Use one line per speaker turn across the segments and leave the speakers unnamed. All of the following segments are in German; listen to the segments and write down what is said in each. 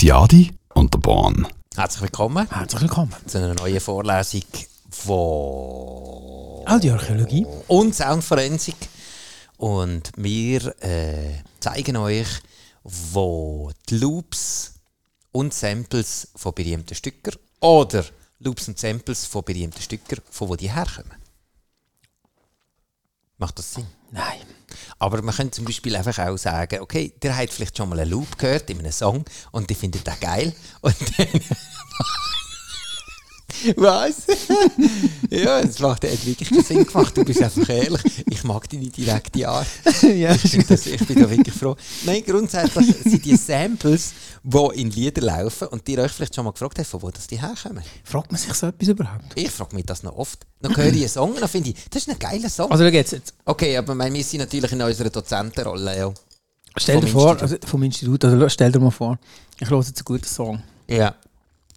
die Adi und der Bon.
Herzlich willkommen
Herzlich willkommen.
zu einer neuen Vorlesung von
Audioarchäologie.
und Soundforensik. Und wir äh, zeigen euch, wo die Loops und Samples von berühmten Stücker oder Loops und Samples von berühmten Stücker, von wo die herkommen. Macht das Sinn?
Nein.
Aber man könnte zum Beispiel einfach auch sagen, okay, der hat vielleicht schon mal einen Loop gehört in einem Song und die findet den geil. Und dann. Was? ja, es macht hat wirklich keinen Sinn gemacht. Du bist einfach ehrlich. Ich mag deine direkte Art.
ja,
Ich bin, das, ich bin da wirklich froh. Nein, grundsätzlich sind die Samples, die in Lieder laufen und die ihr euch vielleicht schon mal gefragt habt, von wo das die herkommen.
fragt man sich so etwas überhaupt?
Ich frage mich das noch oft. Dann höre ich einen Song und dann finde ich, das ist ein geiler Song.
Also, schau jetzt. jetzt.
Okay, aber mein, wir sind natürlich in unserer Dozentenrolle. Ja.
Stell
Vom
dir vor,
Institut.
also vom Institut, also stell dir mal vor, ich höre jetzt einen guten Song.
ja.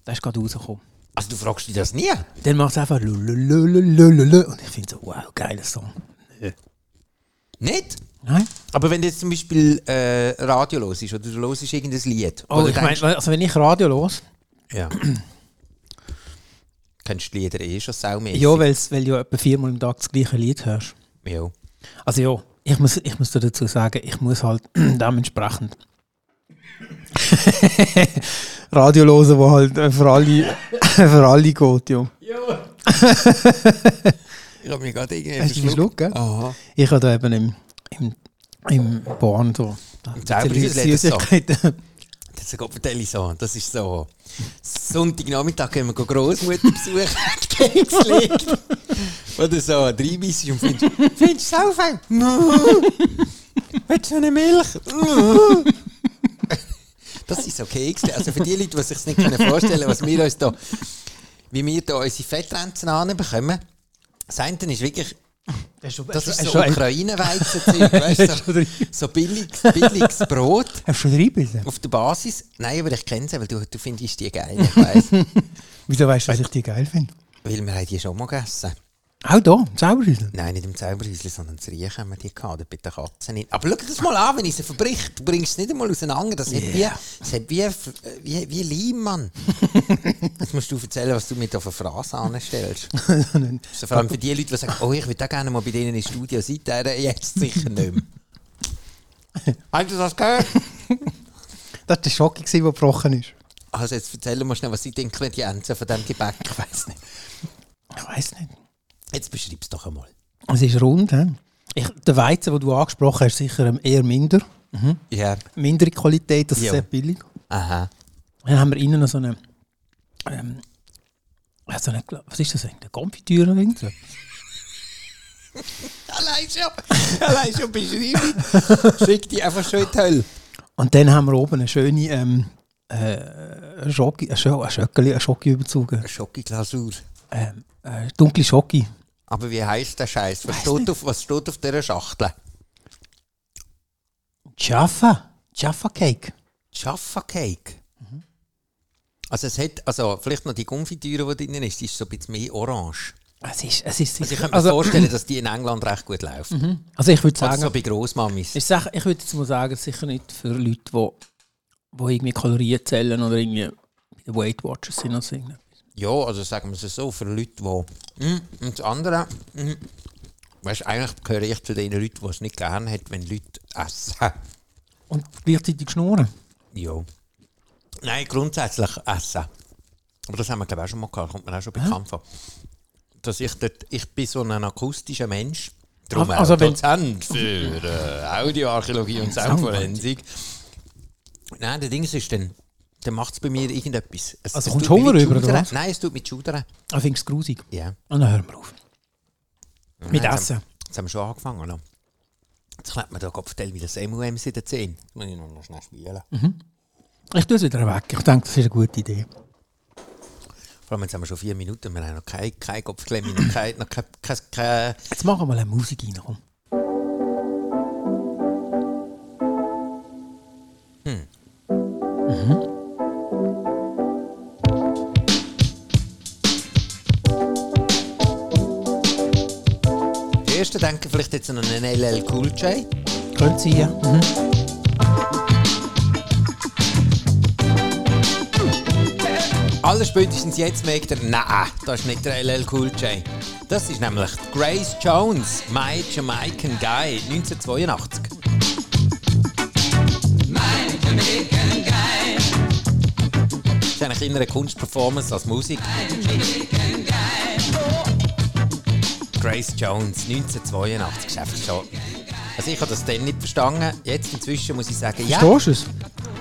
Der ist gerade rausgekommen.
Also du fragst dich das nie?
Dann macht es einfach lululululululul und ich finde so, wow, geiler Song.
Nicht?
Nein?
Aber wenn du jetzt zum Beispiel äh, Radio los ist oder du los ist irgendein Lied.
Oh,
oder
ich meine, also wenn ich Radio los,
Ja. Kennst du die Lieder eh schon saumäßig?
ja, weil's, weil du ja etwa viermal am Tag das gleiche Lied hörst.
ja.
Also ja, ich muss, ich muss dir dazu sagen, ich muss halt dementsprechend Radio hören, wo halt äh, für alle, für alle geht, ja.
Ich habe mich gerade irgendwie
Hast du einen Schluck, gell?
Aha.
Ich habe da eben im, im, im Born so
Zauberhäusle hat das so.
Süßigkeiten.
Das ist ein Gottverdeli so. Das ist so. Sonntagnachmittag gehen wir Großmutter besuchen. Keks liegt. Oder so. Drei Bissi und findest Findest du Saufen? Willst du eine Milch? das ist so Kekse. Also für die Leute, die sich nicht können vorstellen können, was wir uns da, wie wir da unsere Fettrenzen anbekommen. Das eine ist wirklich
Das ist schon,
das ist so
schon ein-
Ukraine-Weizenzeug, weißt du?
Hast
So,
du drin?
so billiges, billiges Brot
Hast du schon drei Bilder?
auf der Basis. Nein, aber ich kenne sie, weil du, du findest die geil, ich weiss.
Wieso weißt du, dass ich die geil finde?
weil wir haben die schon mal gegessen.
Auch da, im Zauberhäusle.
Nein, nicht im Zauberhäuschen, sondern zu Riechen haben wir die gehabt, oder bei den Katzen nicht. Aber schau dir das mal an, wenn ich sie verbrich, du bringst es nicht einmal auseinander. Das hat, wie, das hat wie, wie, wie Leim, Mann. Jetzt musst du erzählen, was du mir da für Phrase anstellst. so, vor allem für die Leute, die sagen, oh, ich würde da gerne mal bei denen ins Studio sein, der jetzt sicher nicht mehr. Hast du das gehört?
Das war der Schock, der gebrochen ist.
Also jetzt erzähl mal schnell, was sind die Ingredienzen von diesem Gebäck? Ich weiß nicht.
Ich weiß nicht.
Jetzt beschreib es doch einmal.
Es ist rund. He? Ich, der Weizen, den du angesprochen hast, ist sicher ähm, eher minder.
Ja.
Mindere Qualität, das ist
Ja.
sehr billig.
Aha.
Dann haben wir innen noch so eine. Ähm, ja, so eine Gla- was ist das eigentlich? Eine Konfitüre oder irgendwas?
Allein schon, allein schon beschreiben. Schick die einfach schon in die Hölle.
Und dann haben wir oben eine schöne ähm, äh, Schocke, ein Schö- ein Schöckeli, ein Schocke überzogen.
Eine Schokoglasur.
Ähm, äh, dunkle Schocke.
Aber wie heisst der Scheiß? Was, steht auf- was steht auf dieser Schachtel?
Jaffa. Jaffa Cake.
Jaffa Cake. Also es hat, also vielleicht noch die Konfitüre, die drin ist, die ist so ein bisschen mehr orange.
Es ist, es
Also
ist
ich
sicher.
könnte mir
Also,
vorstellen, dass die in England recht gut laufen.
also ich würde
Also
sagen,
so bei Grossmamis.
ich, sag, ich würde jetzt mal sagen, sicher nicht für Leute, die wo, wo irgendwie Kalorien zählen oder irgendwie bei den Weight Watchers sind oder so. irgendetwas.
Ja, also sagen wir es so, für Leute, die. Mm, und das andere, mm, weißt du, eigentlich gehöre ich zu den Leuten, die es nicht gerne hat, wenn Leute essen.
Und gleichzeitig schnurren.
ja. Nein, grundsätzlich essen. Aber das haben wir, glaube ich, auch schon mal gehabt, kommt mir auch schon bekannt vor. Dass ich dort, ich bin so ein akustischer Mensch. Darum
Ah, also
auch
wenn-
Dozent für äh, Audioarchäologie und Soundforensik. Nein, der Ding ist dann, dann macht es bei mir irgendetwas. Es,
Also
es
kommst
tut mich
Hunger
wie
über, oder
schudern.
was?
Nein, es tut mich schudern.
Dann fängt es grusig.
Ja.
Und dann hören wir auf. Mit
Nein,
Essen.
Jetzt haben wir schon angefangen. Oder? Jetzt klebt mir da gerade Teil wieder das MUMs in den Zehen. Jetzt muss ich noch schnell spielen.
Ich tue es wieder weg. Ich denke, das ist eine gute Idee.
Vor allem jetzt haben wir schon vier Minuten, wir haben noch kein, kein Kopfklemmi, noch kein, noch kein, kein, kein
Jetzt machen wir mal eine Musik rein. Komm.
Die Ersten denken vielleicht jetzt an einen LL Cool J.
Können Sie hier? Mhm.
Allerspätestens jetzt merkt ihr, nein, das ist nicht der LL Cool J. Das ist nämlich Grace Jones, My Jamaican Guy, 1982. Das ist eigentlich eher eine Kunstperformance als Musik. Grace Jones, 1982, Geschäft schon. Also ich habe das dann nicht verstanden. Jetzt inzwischen muss ich sagen, ja.
Verstehst du es?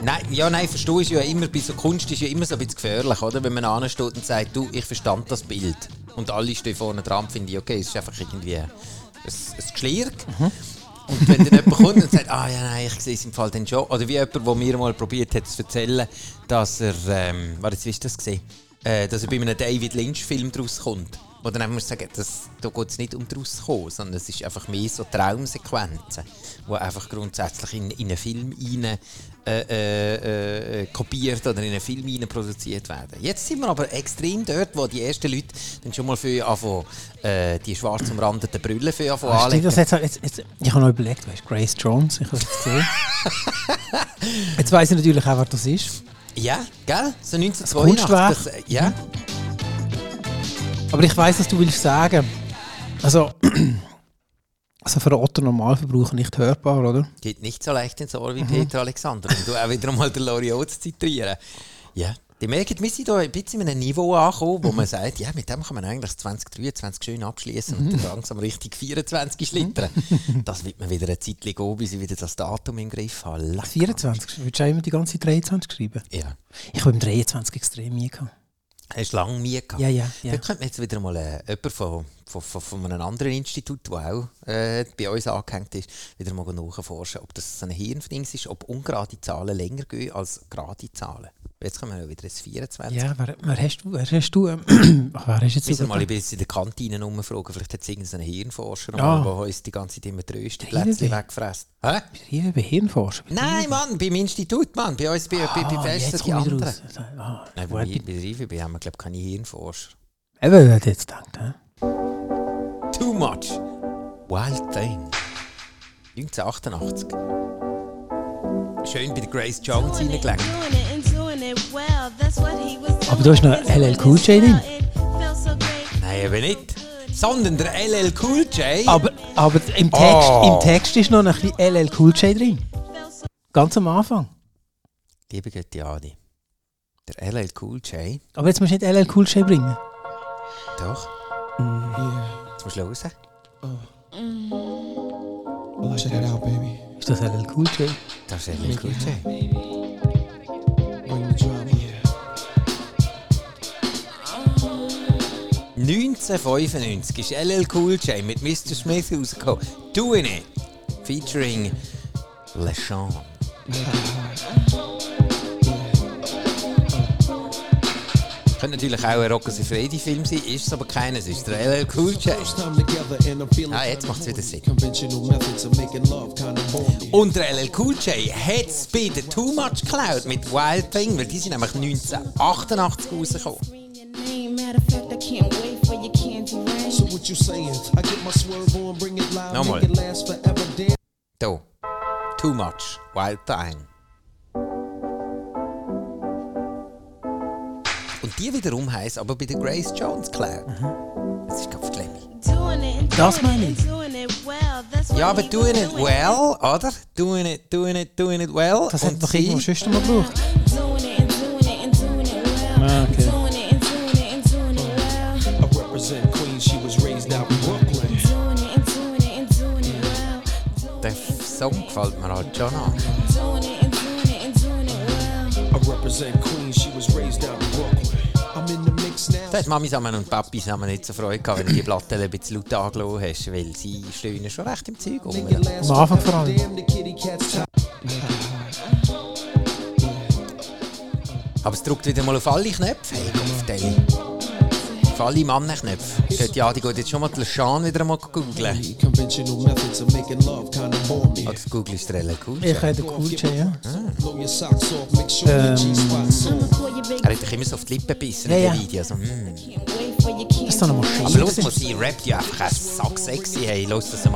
Nein, ja, nein, verstehst ist ja immer, bei so Kunst ist ja immer so ein bisschen gefährlich, oder? Wenn man ansteht und sagt, du, ich verstand das Bild. Und alle stehen vorne dran, finde ich, okay, es ist einfach irgendwie ein, ein Geschlirk. Und wenn dann jemand kommt und sagt, ah ja, nein, ich sehe es im Fall dann schon. Oder wie jemand, der mir mal probiert hat zu erzählen, dass er, ähm, warte, jetzt, wie ist das gesehen? Äh, dass er bei einem David Lynch-Film draus kommt. Wo dann einfach muss sagen, das, da geht es nicht um draus kommen, sondern es ist einfach mehr so Traumsequenzen, die einfach grundsätzlich in, in einen Film rein, äh, äh, äh, kopiert oder in einen Film rein produziert werden. Jetzt sind wir aber extrem dort, wo die ersten Leute dann schon mal für anfangen, äh, die schwarz umrandeten Brille für anfangen
Ah,
anlegen.
Stimmt, das jetzt, jetzt, jetzt, ich habe noch überlegt, weißt du, Grace Jones, ich habe es gesehen. jetzt weiss ich natürlich auch, wer das ist.
Ja, gell? So
Kunstwerk.
1982. Das, äh, ja.
Aber ich weiss, was du willst sagen. Also, also für einen Otto Normalverbraucher nicht hörbar, oder?
Geht nicht so leicht ins Ohr wie
Mhm.
Peter Alexander. Und du auch wieder mal den Loriot zu zitieren. Ja. Die merken, wir sind da ein bisschen in einem Niveau angekommen, wo
Mhm.
man sagt, ja, mit dem kann man eigentlich 2023 schön abschließen und dann langsam richtig 24 schlittern.
Mhm.
Das wird man wieder eine Zeit gehen, bis ich wieder das Datum im Griff habe. Leck.
24, würdest du auch immer die ganze 23 schreiben?
Ja.
Ich habe im 23 extrem nie gehabt.
Hast du lange Mühe gehabt?
Ja, ja, ja.
Vielleicht könnte man jetzt wieder mal äh, jemanden von, von, von, von einem anderen Institut, der auch äh, bei uns angehängt ist, wieder mal nachforschen, ob das so ein Hirndings ist, ob ungerade Zahlen länger gehen als gerade Zahlen. Jetzt kommen wir ja wieder ins 24.
Ja, wer, wer hast du, wer hast du, ähm, ach, wer hast jetzt
Müssen wir mal
übergebracht?
ein bisschen in der Kantine rumfragen, vielleicht hat es irgendeinen Hirnforscher,
Ja.
mal, der uns die ganze Zeit immer tröstet,
Der
Plätzchen
Hirnweh.
wegfräst. Hä?
Hier über Hirnforschung.
Nein, Mann, beim Institut, Mann, bei uns, bei, bei, bei
Ah,
Fester,
jetzt
die
komme ich
anderen.
raus. Ah,
Nein,
wo
bei,
hat
mir- bei der IWB haben wir, glaube ich, keine Hirnforscher.
Eben, wer hat jetzt gedacht, hä?
Too Much. Wild Thing. 1988. Schön bei der Grace Jones reingelegt.
Aber du hast noch LL Cool J drin.
Nein, eben nicht. Sondern der LL Cool J.
Aber, aber im, Text,
Oh.
im Text ist noch ein bisschen LL Cool J drin. Ganz am Anfang.
Liebe Götti Adi. Der LL Cool J.
Aber jetzt musst du nicht LL Cool J bringen.
Doch. Jetzt musst du hören.
Well, check it out, baby.
Ist das LL Cool J?
Das ist LL Cool J.
Bring the drama.
1995 ist LL Cool J mit Mr. Smith rausgekommen. Doing It. Featuring LeSean. Könnte natürlich auch ein Rockers Freddy Film sein, ist es aber keiner. Es ist der LL Cool J.
First time together and I'm feeling
Ah, jetzt macht's wieder Sinn.
Conventional methods of making love kind of boring.
Und der LL Cool J hat es bei der Too Much Cloud mit Wild Thing, weil die sind nämlich 1988 rausgekommen.
So what you saying? I get my swerve on, bring it live,
Nochmal.
make it last forever. Damn.
Da. Too Much, Wild Thing. Und die wiederum heisst aber bei der Grace Jones Cloud.
Mhm.
Das ist gerade für die Lemmy.
Das meine ich.
Ja, aber doing it well, oder? Doing it, doing it, doing it well.
Das
Und
hat doch
sie-
irgendwo sonst mal gebraucht. okay.
I represent Queens, she was raised out in Brooklyn.
Der Song gefällt mir halt schon an.
I represent Queens, she was raised out in Brooklyn. I'm in the mix now.
Da hat Mami zusammen und Papi zusammen nicht so Freude gehabt, wenn du die Platte ein bisschen laut angeschaut hast, weil sie stehen ja schon recht im Zeug um.
Make it last
Am Anfang
forever.
vor allem.
Damn, the kitty cat's tired.
Aber es drückt wieder mal auf alle Knöpfe. Hey, komm auf Deli. Auf alle Mannenknöpfe. Steht ja, die geht jetzt schon mal die LeSean wieder mal googeln.
Conventional methods of making love kind of boring.
Oder das Google ist relativ cool.
Ich
Er
hätte Cool J, ja.
Blow your socks off, make sure your G-spot's on.
hat dich immer so auf die Lippen gebissen
Ja,
in
ja.
den Videos. Hm.
Das ist doch eine Maschine.
Aber los, muss sie rappt ja einfach auch sacksexy. Hey, los das mal.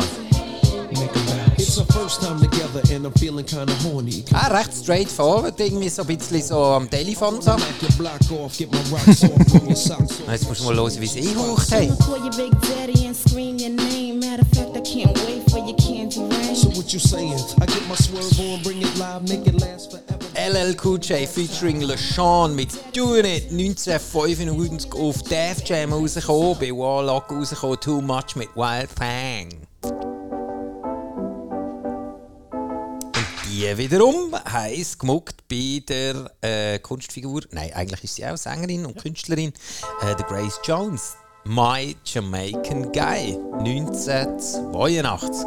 Make 'em bow. It's our first time together and I'm feeling kinda horny.
Ah, recht straightforward, irgendwie so ein bisschen so am Telefon so.
Knock your block off, get my rocks off, bring your socks
Ah,
off.
Jetzt musst du mal hören, wie es einhaucht, hey.
I'ma call your big daddy and scream your name. Matter of fact, I can't wait for your candy rain.
So what you saying? I get my swerve on, bring it live, make it last forever.
LL Cool J featuring LeSean mit Doing It 1995 auf Def Jam rausgekommen, bei Warlock rausgekommen, Too Much mit Wild Thing. Und die wiederum heiß gemuckt bei der äh, Kunstfigur, nein, eigentlich ist sie auch Sängerin und Künstlerin, äh, der Grace Jones. My Jamaican Guy 1982.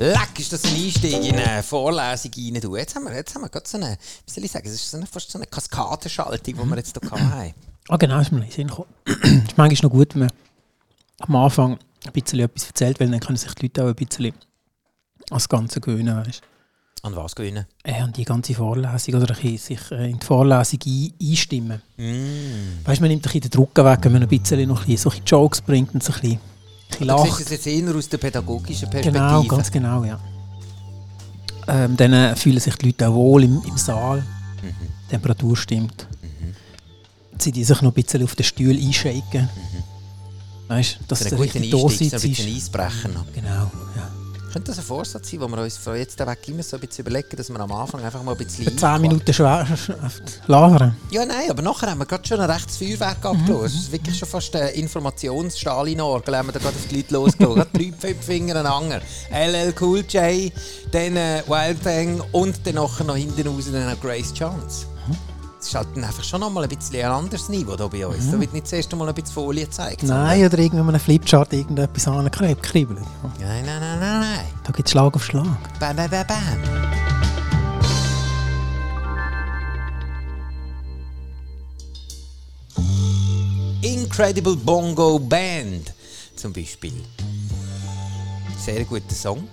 Leck, ist das ein Einstieg in eine Vorlesung rein. Du. Jetzt haben wir, jetzt haben wir gerade so eine, wie soll ich sagen, es ist so eine, fast so eine Kaskadenschaltung, die wir jetzt hier haben.
Ah, genau, ist mir in den Sinn gekommen. ist manchmal noch gut, wenn man am Anfang ein bisschen etwas erzählt, weil dann können sich die Leute auch ein bisschen an das Ganze gewöhnen, weißt
An was gewinnen?
du. Äh, an die ganze Vorlesung oder ein bisschen sich äh, in die Vorlesung ein, einstimmen. Weißt du, man nimmt ein bisschen den Druck weg, wenn man ein bisschen noch ein bisschen, so ein bisschen Jokes bringt und so ein bisschen, ein bisschen
Du siehst
lacht.
es jetzt eher aus der pädagogischen Perspektive.
Genau, ganz genau, ja. Ähm, dann äh, fühlen sich die Leute auch wohl im, im Saal.
Mhm.
Die Temperatur stimmt. Sie die sich noch ein bisschen auf den Stuhl einschaken. Weißt du, dass
so
es
einen
der
Mhm. guten
richtige
Einstieg,
Dosis
so ein
ist.
bisschen Eisbrechen. noch.
Genau, ja.
Könnte das ein Vorsatz sein, wo wir uns von jetzt weg immer so ein bisschen überlegen, dass wir am Anfang einfach mal ein bisschen...
Zehn
einquatschen?
Minuten schwer lagern.
Ja, nein, aber nachher haben wir gerade schon ein rechtes Feuerwerk abgelassen. Es ist wirklich schon fast eine Informationsstalinorgel, haben wir da gerade auf die Leute losgelassen. Gerade drei Pfeiffinger aneinander. LL Cool J, dann äh, Wild Thing und dann nachher noch hinten raus dann noch Grace Jones. Es ist halt dann einfach schon nochmal ein bisschen ein anderes Niveau hier bei uns. Da wird nicht zuerst mal ein bisschen Folie gezeigt.
Nein, oder irgendwie mit einem Flipchart irgendetwas ankribbeln. Ja.
sondern- Nein, nein, nein, nein, nein.
Da gibt es Schlag auf Schlag.
Bam, bam, bam, bam. Incredible Bongo Band zum Beispiel. Sehr guter Song.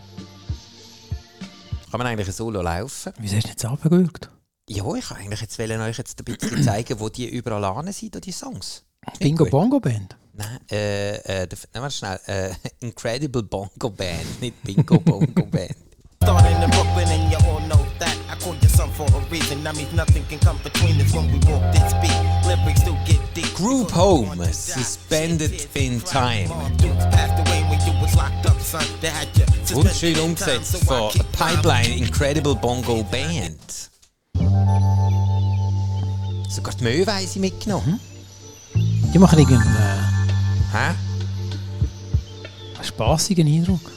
Kann man eigentlich ein Solo laufen?
Wieso hast du jetzt abgewürgt?
Ja, ich kann eigentlich jetzt wollen euch jetzt ein bisschen zeigen, wo die überall an sind, die Songs.
Bingo
gut.
Bongo Band.
Nein, äh, äh, der- nein, warte schnell. Äh, Incredible Bongo Band, nicht Bingo Bongo Band.
Starting in Brooklyn and you all know that I called you some for a reason That means nothing can come between us when we walk this beat Lyrics do get deep
Group Home, Suspended in Time. Wunderschön umgesetzt von Pipeline Incredible Bongo Band. Sogar die Möweise mitgenommen.
Die machen irgendeinen
Hä?
äh, spaßigen Eindruck.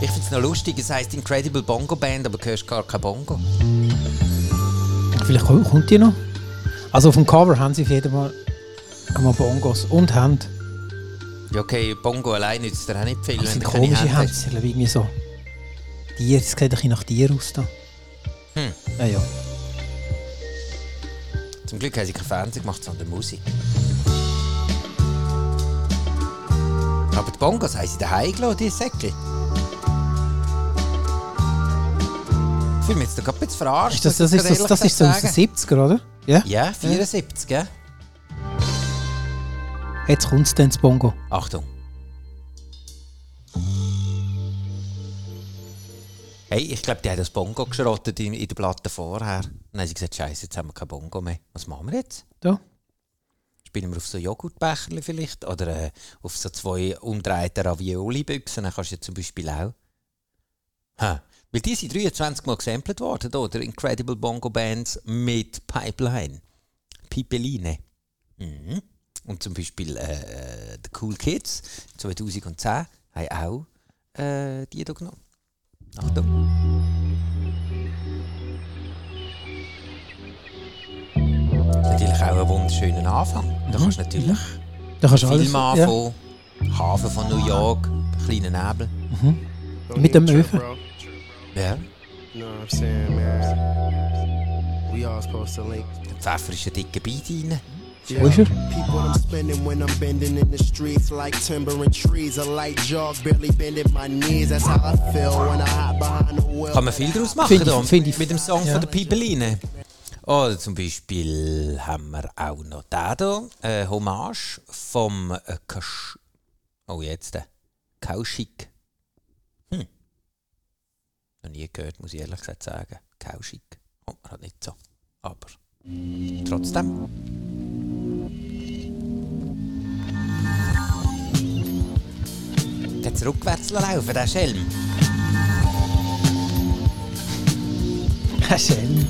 Ich finde es noch lustig, es heisst Incredible Bongo Band, aber du hörst gar kein Bongo.
Vielleicht ko- kommt die noch. Also auf dem Cover haben sie auf jeden Fall einmal Bongos und Hände.
Ja, okay, Bongo allein nützt dir auch nicht viel.
Das
wenn
sind
du keine
komische
Hände
Hände,
hast.
sie sind irgendwie so. Tier, das sieht ein bisschen nach Tier aus da. Ah
Hm.
Ja, ja.
Zum Glück haben sie kein Fernsehen gemacht, sondern Musik. Aber die Bongos haben sie daheim gelassen, die Säcke. Ich fühle mich jetzt gerade ein bisschen verarscht.
Ist das, das,
muss ich
ist so,
gerade
das
ehrlich
ist so aus
sagen.
den 70er, oder? Ja.
Ja, 74, gell?
Jetzt kommt es dann das Bongo.
Achtung. Hey, ich glaube, die haben das Bongo geschrottet in, in der Platte vorher. Dann haben sie gesagt, scheiße, jetzt haben wir kein Bongo mehr. Was machen wir jetzt?
Da.
Spielen wir auf so Joghurtbecherli vielleicht oder äh, auf so zwei umdrehte Ravioli-Büchsen, dann kannst du ja zum Beispiel auch. Ha. Weil die sind 23 Mal gesampelt worden, da, der Incredible Bongo Bands mit Pipeline. Pipeline. Mhm. Und zum Beispiel äh, äh, The Cool Kids 2010 haben auch äh, die hier genommen. Achtung. Natürlich auch einen wunderschönen Anfang. Da kannst du natürlich
Da kannst du alles.
Film
Ja.
anfangen, Hafen von New York, kleiner Nebel.
Mit dem
Trip,
Öfen.
bro.
Ja.
Know what I'm saying, man? We all supposed to link.
Der Pfeffer ist ein dicker Bein rein.
Wo ist er?
People I'm spending when I'm bending in the streets like timber and trees. A light jog, barely bending my knees. That's how I feel when I hide behind the wheel.
Kann man viel daraus machen
Finde ich-
da,
finde ich-
mit dem Song
ja.
von der Pipeline. Oder zum Beispiel haben wir auch noch den hier, äh, Hommage vom äh, Kasch oh jetzt, äh, Kauschik. Hm. Noch nie gehört, muss ich ehrlich gesagt sagen. Kauschik. Kommt man halt nicht so. Aber trotzdem. Jetzt rückwärts laufen, der Schelm.
Kein Schelm.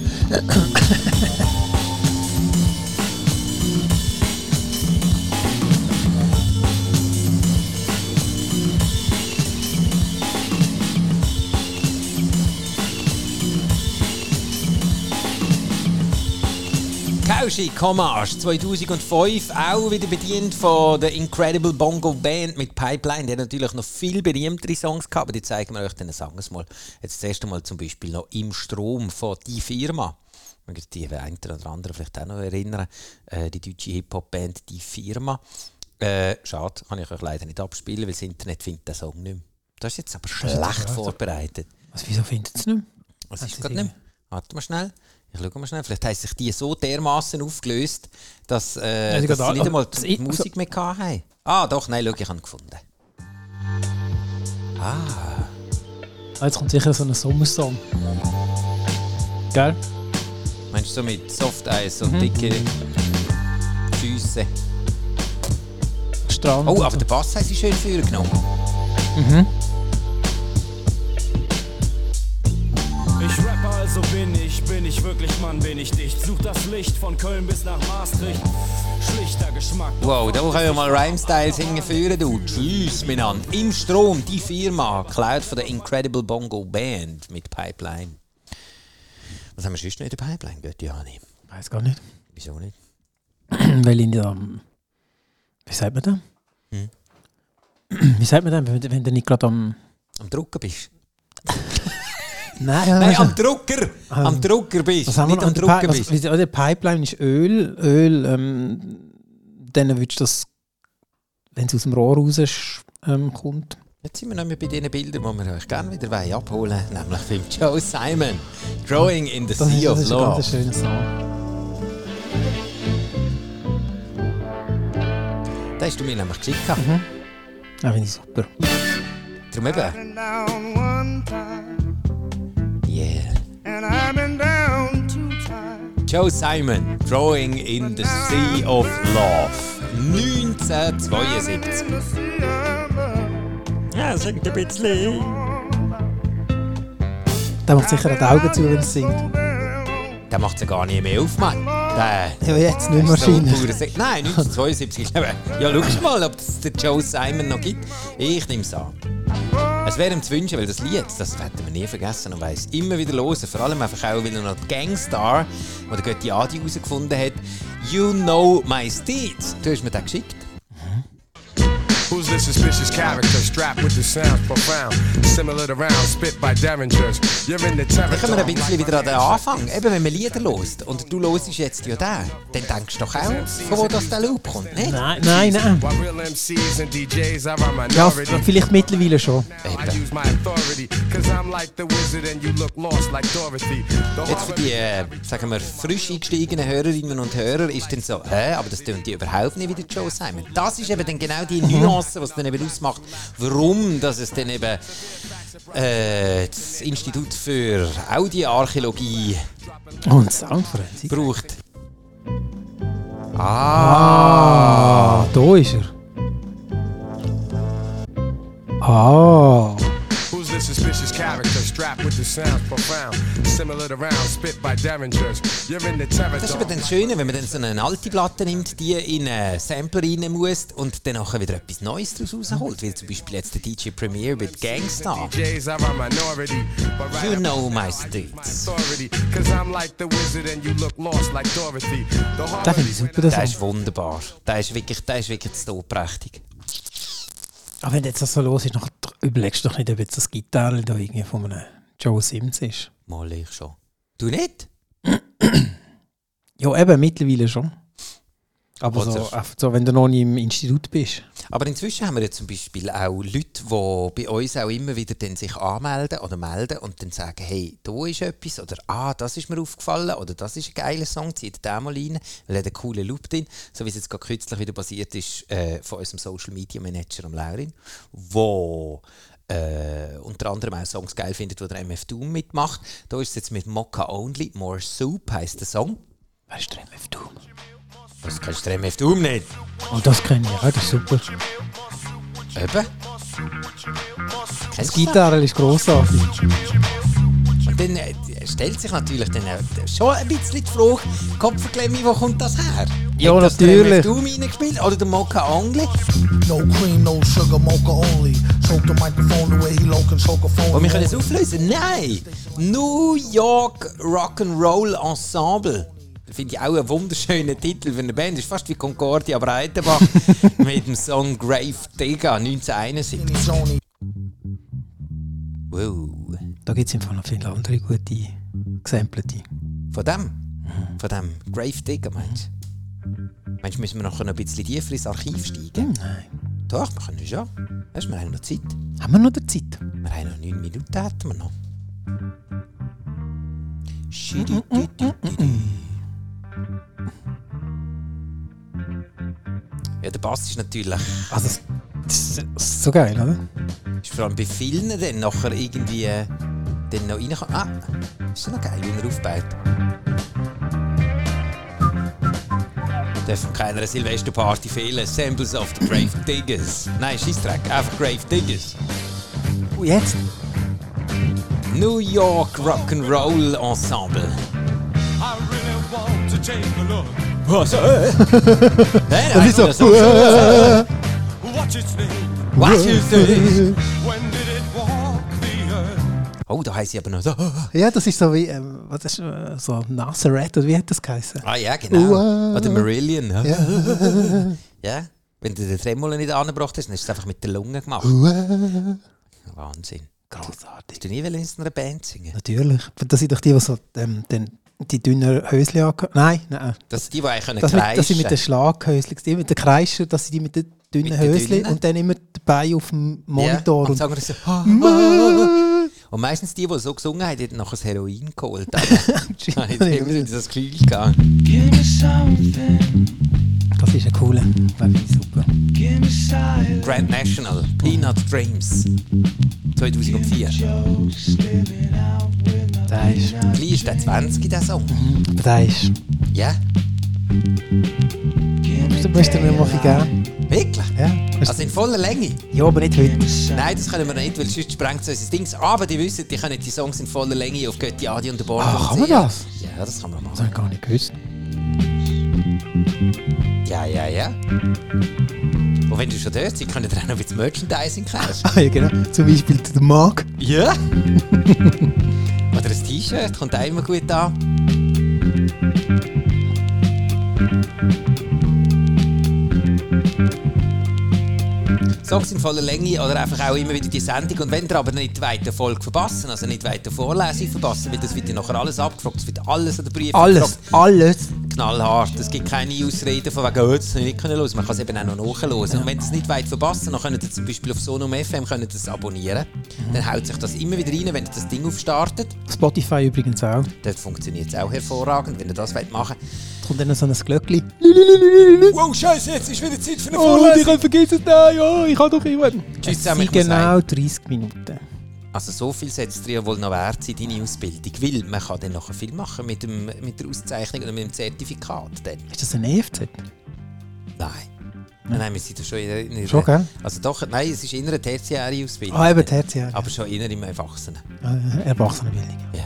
Kauschik Hommage 2005, auch wieder bedient von der Incredible Bongo Band mit Pipeline. Die hat natürlich noch viel berühmtere Songs gehabt, aber die zeigen wir euch dann sagen wir mal. Jetzt das erste Mal zum Beispiel noch Im Strom von Die Firma. Mögt ihr die einen oder anderen vielleicht auch noch erinnern. Äh, die deutsche Hip-Hop-Band Die Firma. Äh, schade, kann ich euch leider nicht abspielen, weil das Internet findet den Song nicht mehr. Das ist jetzt aber schlecht vorbereitet.
Also, wieso findet es nicht?
Was
Hat
ist
sie
gerade
Dinge?
nicht? mehr? Warte mal schnell. Ich schaue mal schnell. Vielleicht haben sich die so dermaßen aufgelöst, dass, äh,
Ja, sie
dass
geht
sie
an-
nicht einmal
das
die
I-
Musik mehr hatten. Ah, doch, nein, schau, ich habe ihn gefunden. Ah,
Ah, jetzt kommt sicher so ein Sommersong. Gell?
meinst du so mit Soft Eis
Mhm.
und dicke Füße?
Strand.
Oh,
und
aber
so.
der Bass hat sie schön vorgenommen.
Ich rappe also bin ich, bin ich wirklich Mann, bin ich dicht. Such das Licht von Köln bis nach Maastricht. Schlichter Geschmack.
Wow, da können wir mal Rhyme-Styles hingeführen, du. Tschüss, miteinander. Im Strom, die Firma, geklaut von der Incredible Bongo Band mit Pipeline. Was haben wir sonst noch in der Pipeline, Götti-Hani?
Weiß gar nicht.
Wieso nicht?
Weil in der. ähm, Wie sagt man da?
Hm.
Wie sagt man da, wenn, wenn du nicht gerade am.
Am Drucker bist.
Nein, äh,
Nein, am Drucker! am Drucker bist.
was haben wir
nicht
noch?
am
An
Drucker
der Pi- was-
bist.
wie- an der Pipeline ist Öl. Öl, ähm, dann würdest du das, wenn es aus dem Rohr raus ähm, kommt.
Jetzt sind wir noch mal bei diesen Bildern, die wir euch gerne wieder wollen abholen wollen. Nämlich beim Joe Simon. Drawing in the
Das ist,
Sea of
das ist ein ganz
Love.
schöner Song.
Den hast du mir nämlich geschickt. gehabt.
Mhm. Ja, Ah, finde ich super.
Darum eben.
down one time,
Yeah.
and I've been down two times.
Joe Simon. Drawing in the Sea of Love. 1972.
the sea of love.
Ja, singt ein bisschen.
Der macht sicher auch die Augen zu, wenn er singt.
Der macht sie gar nicht mehr auf, Mann. Der
Ja, jetzt nicht
So
wahrscheinlich.
pure Se Nein, 1972. ja, schau mal, ob es den Joe Simon noch gibt. Ich nehme es an. Es wäre ihm zu wünschen, weil das Lied, das werden wir nie vergessen und weiss immer wieder hören. Vor allem einfach auch, weil er noch die Gangstar, wo der Götti Adi herausgefunden hat, «You know my steeds». Du hast mir den geschickt.
Who's this suspicious character strapped with the sound profound? Similar to rounds spit by Derringers. You're in the
Dann kommen wir ein
territory.
bisschen wieder an den Anfang. Eben, wenn man Lieder hört und du hörst jetzt ja den, dann denkst du doch auch, von wo das der Loop kommt, nicht?
Nein, nein, nein.
While real MCs and DJs are a
Ja,
minority.
vielleicht mittlerweile schon.
Now I use my authority, cause I'm like the wizard and you look lost like Dorothy. The
Jetzt für die, äh, sagen wir, frisch eingestiegenen Hörerinnen und Hörer ist dann so, hä, aber das tun die überhaupt nicht wie der Joe Simon. Das ist eben dann genau die Nuance, was dann eben ausmacht, warum dass es dann eben äh, das Institut für Audioarchäologie
Und Soundforensik.
braucht.
Ah, da ist er. Ah.
Who's this suspicious character strapped with the sound profound? Similar to rounds spit by Derringers. You're in the
Das ist eben dann
territory.
das Schöne, wenn man dann so eine alte Platte nimmt, die in einen Sampler rein muss und dann nachher wieder etwas Neues daraus rausholt. Wie zum Beispiel jetzt der DJ Premier mit Gangsta.
DJs are a minority, but right
You
up-
know my
my
streets.
authority. Cause I'm like the wizard and you look lost like Dorothy. The
Das finde ich
harmony
super, das
Der ist wunderbar. Der ist wirklich, der ist wirklich so prächtig.
Aber Ah, wenn du jetzt das so los ist, noch, überlegst du doch nicht, ob jetzt das Gitarre da irgendwie von einem Joe Sims ist.
Mal ich schon. Du nicht?
Ja, eben, mittlerweile schon. Aber so,
Oder-
einfach so, wenn du noch nicht im Institut bist.
Aber inzwischen haben wir ja zum Beispiel auch Leute, die bei uns auch immer wieder dann sich anmelden oder melden und dann sagen, hey, da ist etwas oder ah, das ist mir aufgefallen oder das ist ein geiler Song, zieht den mal rein, weil er hat einen coolen Loop drin. So wie es jetzt gerade kürzlich wieder passiert ist äh, von unserem Social Media Manager, am Laurin, wo äh, unter anderem auch Songs geil findet, wo der MF Doom mitmacht. Da ist es jetzt mit Mokka Only, More Soup heisst der Song.
Was ist der MF Doom?
Das kennst du den MF Doom nicht.
Oh, das kenne ich, ja, das ist super.
Eben.
Das Gitarre ist grossartig.
Und dann äh, stellt sich natürlich dann auch schon ein bisschen die Frage, Kopfverklemme, wo kommt das her?
Ja,
Hat das
natürlich.
Du reingespielt oder der Mokka Angli?
No cream, no sugar, mocha only. Choke the microphone the way he low can choke a phone.
Und wir können es auflösen. Nein! New York Rock'n'Roll Ensemble. Finde ich auch einen wunderschönen Titel für eine Band. Ist fast wie Concordia Breitenbach mit dem Song Grave Digger 1971. Wow.
Da gibt es im Fall noch viele andere gute Exemplete.
Von dem? Von dem Grave Digger, meinst du? Meinst du, müssen wir noch ein bisschen tiefer ins Archiv steigen?
Nein.
Doch, wir können schon. Weißt du, wir haben noch Zeit.
Haben wir noch die Zeit?
Wir haben noch 9 Minuten, hätten wir noch. Ja, der Bass ist natürlich.
Also, das ist so geil, oder?
Ist vor allem bei vielen dann nachher irgendwie. äh, Dann noch reinkommen. Ah, ist ja noch geil, wie er aufbaut. Darf von keiner Silvesterparty fehlen. Samples of the Grave Diggers. Nein, Scheissdreck, einfach Grave Diggers.
Und jetzt?
New York Rock'n'Roll Ensemble.
I really want to take a look.
Was?
Das ist so. Watch its name.
Was ist das?
When did it walk the earth?
Oh, da heisst sie aber noch so.
Ja, das ist so wie, ähm, was ist, äh, so Nazareth, oder wie hat das geheißen?
Ah ja, genau.
Wow.
Oder Marillion.
Ja.
ja. Wenn du den Tremolo nicht angebracht hast, dann ist es einfach mit der Lunge gemacht. Wahnsinn.
Großartig.
Hast du nie wollen in einer Band singen?
Natürlich. Das sind doch die, die so ähm, den, die dünnen Hösli angehören. Nein, nein.
Das sind die, die eigentlich können
das mit, das sind mit den
kreischen.
Schlaghösli, die mit den Kreischer, das sind die mit den dünnen
den
Hösli
dünnen.
und dann immer dabei auf dem Monitor.
Ja, und
und
sagen wir so. «Ah, ah, ah.» Und meistens die, die so gesungen haben, hätten nachher das Heroin geholt. Ich habe immer in das Gefühl gegangen.
Give me something,
das ist ein cooler. Das finde ich super.
give me silence.
Grand National, Peanut Dreams. 2004.
Der ist,
Gleich ist der 20 der Song.
Mhm. der ist,
Ja?
das müsste mir mal geben.
Wirklich?
Ja.
Also in voller Länge?
Ja, aber nicht heute.
Nein, das können wir nicht, weil sonst sprengt es unser Dings. Aber die wissen, die können die Songs in voller Länge auf Götti, Adi und der Born.
Ah, kann man das?
Ja, das kann man
Das
machen.
habe ich gar nicht gewusst.
Ja, ja, ja. Und wenn du schon dort bist, können wir auch noch ein bisschen Merchandising kaufen.
Ah, ja, genau. Zum Beispiel der Mark.
Ja? Oder ein T-Shirt, kommt auch immer gut an. Songs in voller Länge oder einfach auch immer wieder die Sendung. Und wenn ihr aber nicht die weite Folge verpassen, also nicht die weite Vorlesung verpassen, weil das wird ja nachher alles abgefragt, es wird alles an den Brief
Alles, alles.
knallhart. Es gibt keine Ausreden von wegen, oh, das habe ich nicht können hören. Man kann es eben auch noch nachhören. Und wenn ihr es nicht weit verpassen, dann könnt ihr zum Beispiel auf Sonum FM könnt ihr das abonnieren. Dann haut sich das immer wieder rein, wenn ihr das Ding aufstartet.
Spotify übrigens auch.
Dort funktioniert es auch hervorragend, wenn ihr das wollt machen wollt.
Kommt dann noch so ein Glöckli.
Wow, Scheiße, jetzt ist wieder Zeit für eine
Oh, und ich
Vorlesung.
habe vergessen, nein, ja, ich habe doch jemanden.
Tschüss
Es
zusammen,
sind
ich muss
genau 30 Minuten.
Also so viel setzt es dir wohl noch wert sein, deine Ausbildung. Weil man kann dann nachher viel machen mit, dem, mit der Auszeichnung oder mit dem Zertifikat. Dann.
Ist das ein E EFZ?
Nein. Nein, nein, wir sind ja schon in der... In der
Schon, gell?
Also doch, nein, es ist in einer tertiären Ausbildung.
Ah, eben, tertiär.
Aber schon inner im Erwachsenen.
Äh, Erwachsenenbildung.
Ja.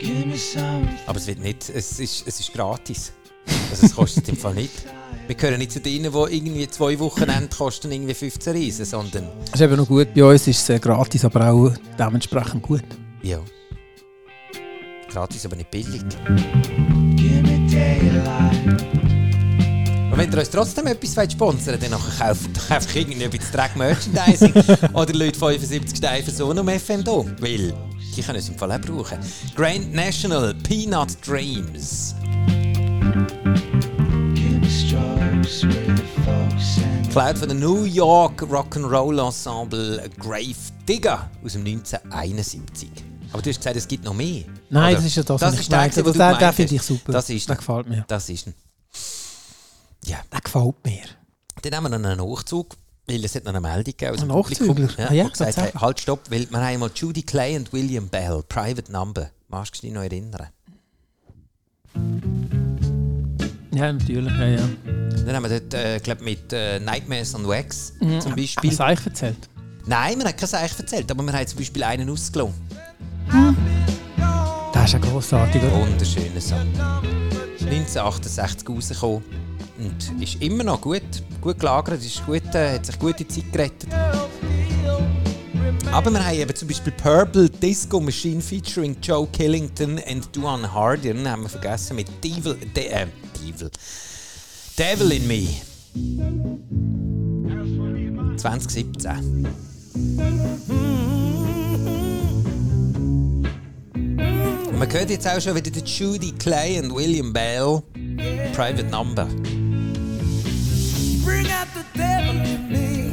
Give me something,
Aber es wird nicht, es ist, es ist gratis. Also es kostet im Fall nicht. Wir gehören nicht zu denen, die irgendwie zwei Wochenende kosten irgendwie 15 Reisen, sondern
Das ist eben noch gut. Bei uns ist es äh, gratis, aber auch dementsprechend gut.
ja. Gratis, aber nicht billig.
give me daylight.
Und wenn ihr uns trotzdem etwas wollt sponsern wollt, dann nachher kauft einfach irgendwie ein bisschen Dreck Merchandising oder Leute 75 Steine für so einem FM um da. Weil die können es im Fall auch brauchen. Grand National Peanut Dreams. Geklaut von der New York Rock'n'Roll Ensemble Grave Digger aus dem 1971. Aber du hast gesagt, es gibt noch mehr. Oder?
Nein, das ist ja das, was ich
ist der,
gemeint
gewesen,
habe.
wo
Den-
du
den
gemeint
finde ich
hast.
super.
Das ist
Den
ihn.
gefällt mir.
Das ist ein. Ja.
Der gefällt mir.
Dann haben wir noch einen Hochzug, weil es hat noch eine Meldung gegeben aus dem
Ein
Publikum,
Hochzügler?
ja,
Ah ja,
die gesagt
tatsächlich.
haben, halt stopp, weil wir haben einmal Judy Clay und William Bell, Private Number. Magst du dich noch erinnern?
Ja, natürlich. Ja, ja.
Dann haben wir dort, äh, glaub, mit äh, Nightmares on Wax
Mhm.
zum
Haben
Beispiel.
Sie eigentlich erzählt?
Nein, wir haben kein Seich erzählt, aber wir haben zum Beispiel einen ausgelungen.
Das ist ja grossartig. oder?
Wunderschöner Song. 1968 rausgekommen und ist immer noch gut, gut gelagert, ist gut, äh, hat sich gute Zeit gerettet. Aber wir haben eben zum Beispiel Purple Disco Machine featuring Joe Killington und Duane Hardin, haben wir vergessen, mit Devil, De, äh, Devil, Devil in Me. 2017. Und man hört jetzt auch schon wieder die Judy Clay und William Bell, Private Number.
Bring out the devil in me.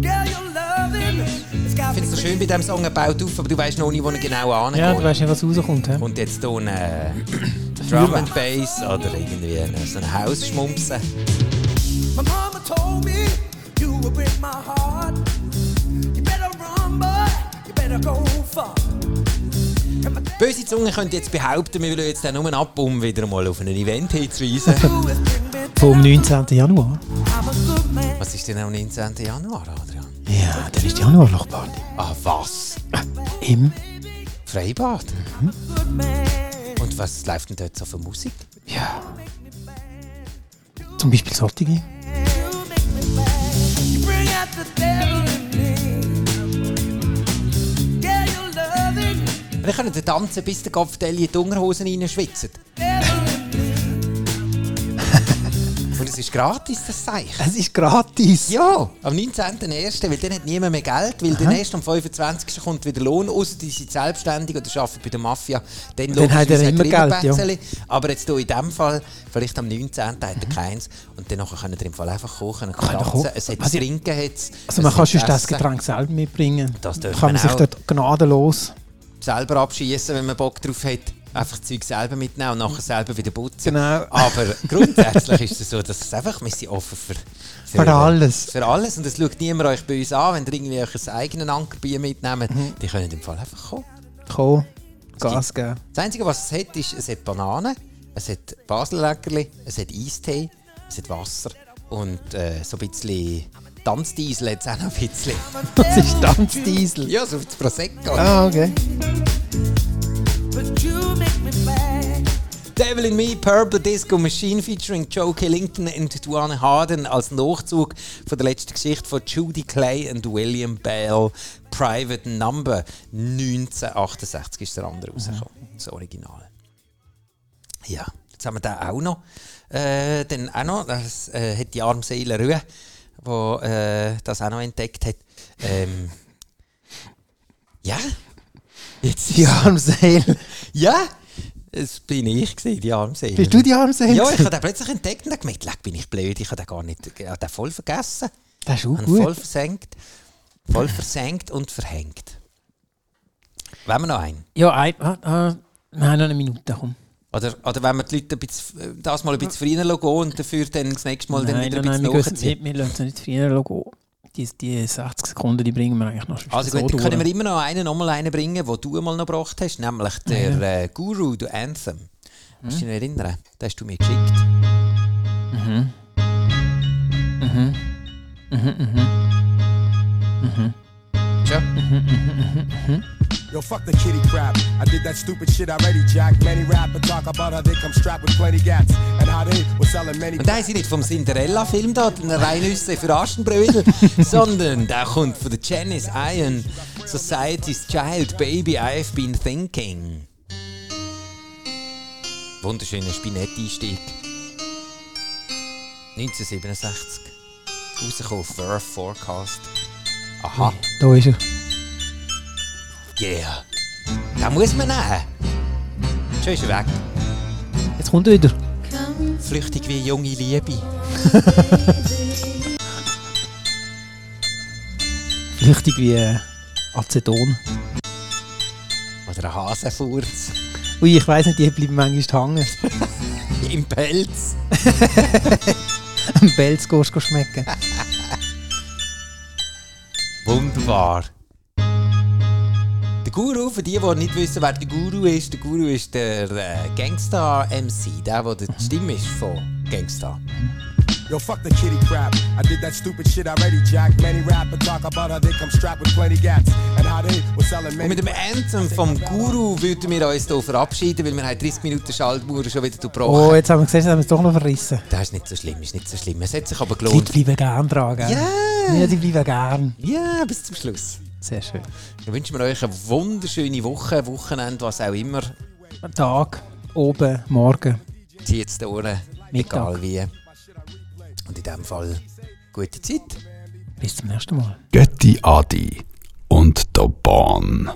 Girl, your loving has got
Ich finde es so schön bei diesem Song, er baut auf, aber du weißt noch nicht, wo er genau angeht.
Ja, du weißt nicht, was rauskommt. hä?
Und jetzt hier eine Drum and Bass oder irgendwie eine- so ein Hausschmumpsen.
My mama told me you would break my heart. You better run, boy. You better go far.
Böse Zunge könnte jetzt behaupten, wir wollen jetzt den nur ab, um wieder mal auf ein Event hinzuweisen.
Vom 19. Januar.
Was ist denn am 19. Januar, Adrian?
Ja, dann ist die Januarlochparty.
Ah, was?
Im
Freibad?
Mhm.
Und was läuft denn dort so für Musik?
Ja. Zum Beispiel solche.
You bring out the devil in me. Girl, your loving
Wir können da tanzen, bis der Kopf in die Unterhosen reinschwitzt. Und es ist gratis, das Zeichen.
Es ist gratis.
Ja, am 19.01., weil dann hat niemand mehr Geld, weil dann erst am 25. kommt wieder Lohn, außer die sind selbstständig oder arbeiten bei der Mafia. Dann,
Dann hat er
logischerweise
immer
er
Geld, ja.
Pätzchen. Aber jetzt hier in dem Fall, vielleicht am 19. hat er keins und dann können wir im Fall einfach kochen, können
Mhm. kochen.
tanzen, es hat
Also-
Trinken, hat's,
Also man
es
kann
hat
sonst das
Essen.
Getränk selber mitbringen.
Das
Dann
dürfen
kann
wir
man sich
auch.
dort gnadenlos.
selber abschießen, wenn man Bock drauf hat. Einfach das Zeug selber mitnehmen und nachher selber wieder putzen.
Genau.
Aber grundsätzlich ist es so, dass es einfach, wir sind offen für, für,
Für alles.
Für alles. Und es schaut niemand euch bei uns an, wenn ihr irgendwie euch ein eigenes Ankerbier mitnehmt.
Mhm.
Die können im Fall einfach kommen.
Komm, Gas geben.
Das Einzige, was es hat, ist, es hat Bananen, es hat Baselleckerli, es hat Eistee, es hat Wasser und äh, so ein bisschen Tanzdiesel hat es auch noch ein bisschen.
Das ist Tanzdiesel?
Ja, so auf das Prosecco.
Ah, okay.
But you make me bad.
Devil in Me, Purple Disco Machine featuring Joe Killington und Duane Harden als Nachzug von der letzten Geschichte von Judy Clay und William Bell. Private Number 1968 ist der andere rausgekommen. Das Original. Ja, jetzt haben wir den auch noch. Äh, dann auch noch, das äh, hat die arme Seele Rühe, die äh, das auch noch entdeckt hat. Ähm, ja, jetzt
Die Armseele.
ja, es bin ich gewesen, die Armseele.
Bist du die Armseele
Ja, ich
gewesen?
habe den plötzlich entdeckt und habe gemerkt, leck, bin ich blöd, ich habe den gar nicht, ich habe den voll vergessen.
Das ist auch
Habe ihn
gut.
Voll versenkt, voll versenkt und verhängt. Wollen wir noch einen?
Ja, ein, ah, ah, wir haben noch eine Minute. Komm.
Oder, oder wenn wir die Leute ein bisschen, das mal ein bisschen früher gehen und dafür dann das nächste Mal dann wieder ein bisschen
wir, gehen-
nachziehen?
wir, wir lassen sie nicht früher gehen. Die, die 60 Sekunden die bringen wir eigentlich noch schon
Also gut, dann können wir immer noch einen nochmal reinbringen, den du mal noch gebracht hast, nämlich
Ah,
der äh, Guru, der Anthem. Kannst du dich noch erinnern? Den hast du mir geschickt.
Mhm. Mhm. Mhm, mhm. Mhm.
Tja.
Yo, fuck the kitty crap. I did that stupid shit already, Jack. Many rappers talk about how they come strapped with plenty gaps and how they were selling many.
Und der ist nicht vom Cinderella-Film da, den Reinüsse für Aschenbrödel, sondern der kommt von der Janice Iron, Society's Child, Baby I've Been Thinking. Wunderschöner Spinetti-Einstieg. 1967. Rausgekommen, Verve Forecast. Aha,
Da ist er.
yeah. Den muss man nehmen. Schon ist er weg.
Jetzt kommt er wieder.
Comes
flüchtig wie junge Liebe.
Flüchtig wie äh, Aceton.
Oder ein Hasenfurz.
Ui, ich weiss nicht, die bleiben manchmal hängen.
Im Pelz.
Am Belz gehst du schmecken.
Wunderbar. Der Guru, für die, die nicht wissen, wer der Guru ist, der Guru ist der äh, Gangsta-MC, der, der die Stimme ist von Gangsta.
Yo, fuck the kitty crap. I did that stupid shit already, Jack. Many rapper talk about how they come strapped with plenty gats and how they was selling
Und
many.
mit dem Anthem vom Guru würden wir uns hier verabschieden, weil wir haben 30 Minuten Schaltmauer schon wieder gebrochen.
Oh, jetzt haben wir gesehen, jetzt haben wir es doch noch verrissen.
Das ist nicht so schlimm, ist nicht so schlimm. Es hat sich aber
Die Leute
gelohnt.
bleiben gern dran, gell?
Ja.
Ja, die bleiben gern.
Ja, bis zum Schluss.
Sehr schön.
Dann wünschen wir euch eine wunderschöne Woche, Wochenende, was auch immer.
Tag, oben, morgen.
Zieht es Ohren,
Mittag.
eh, egal wie. Und in diesem Fall, gute Zeit.
Bis zum nächsten Mal.
Götti Adi und der Bahn.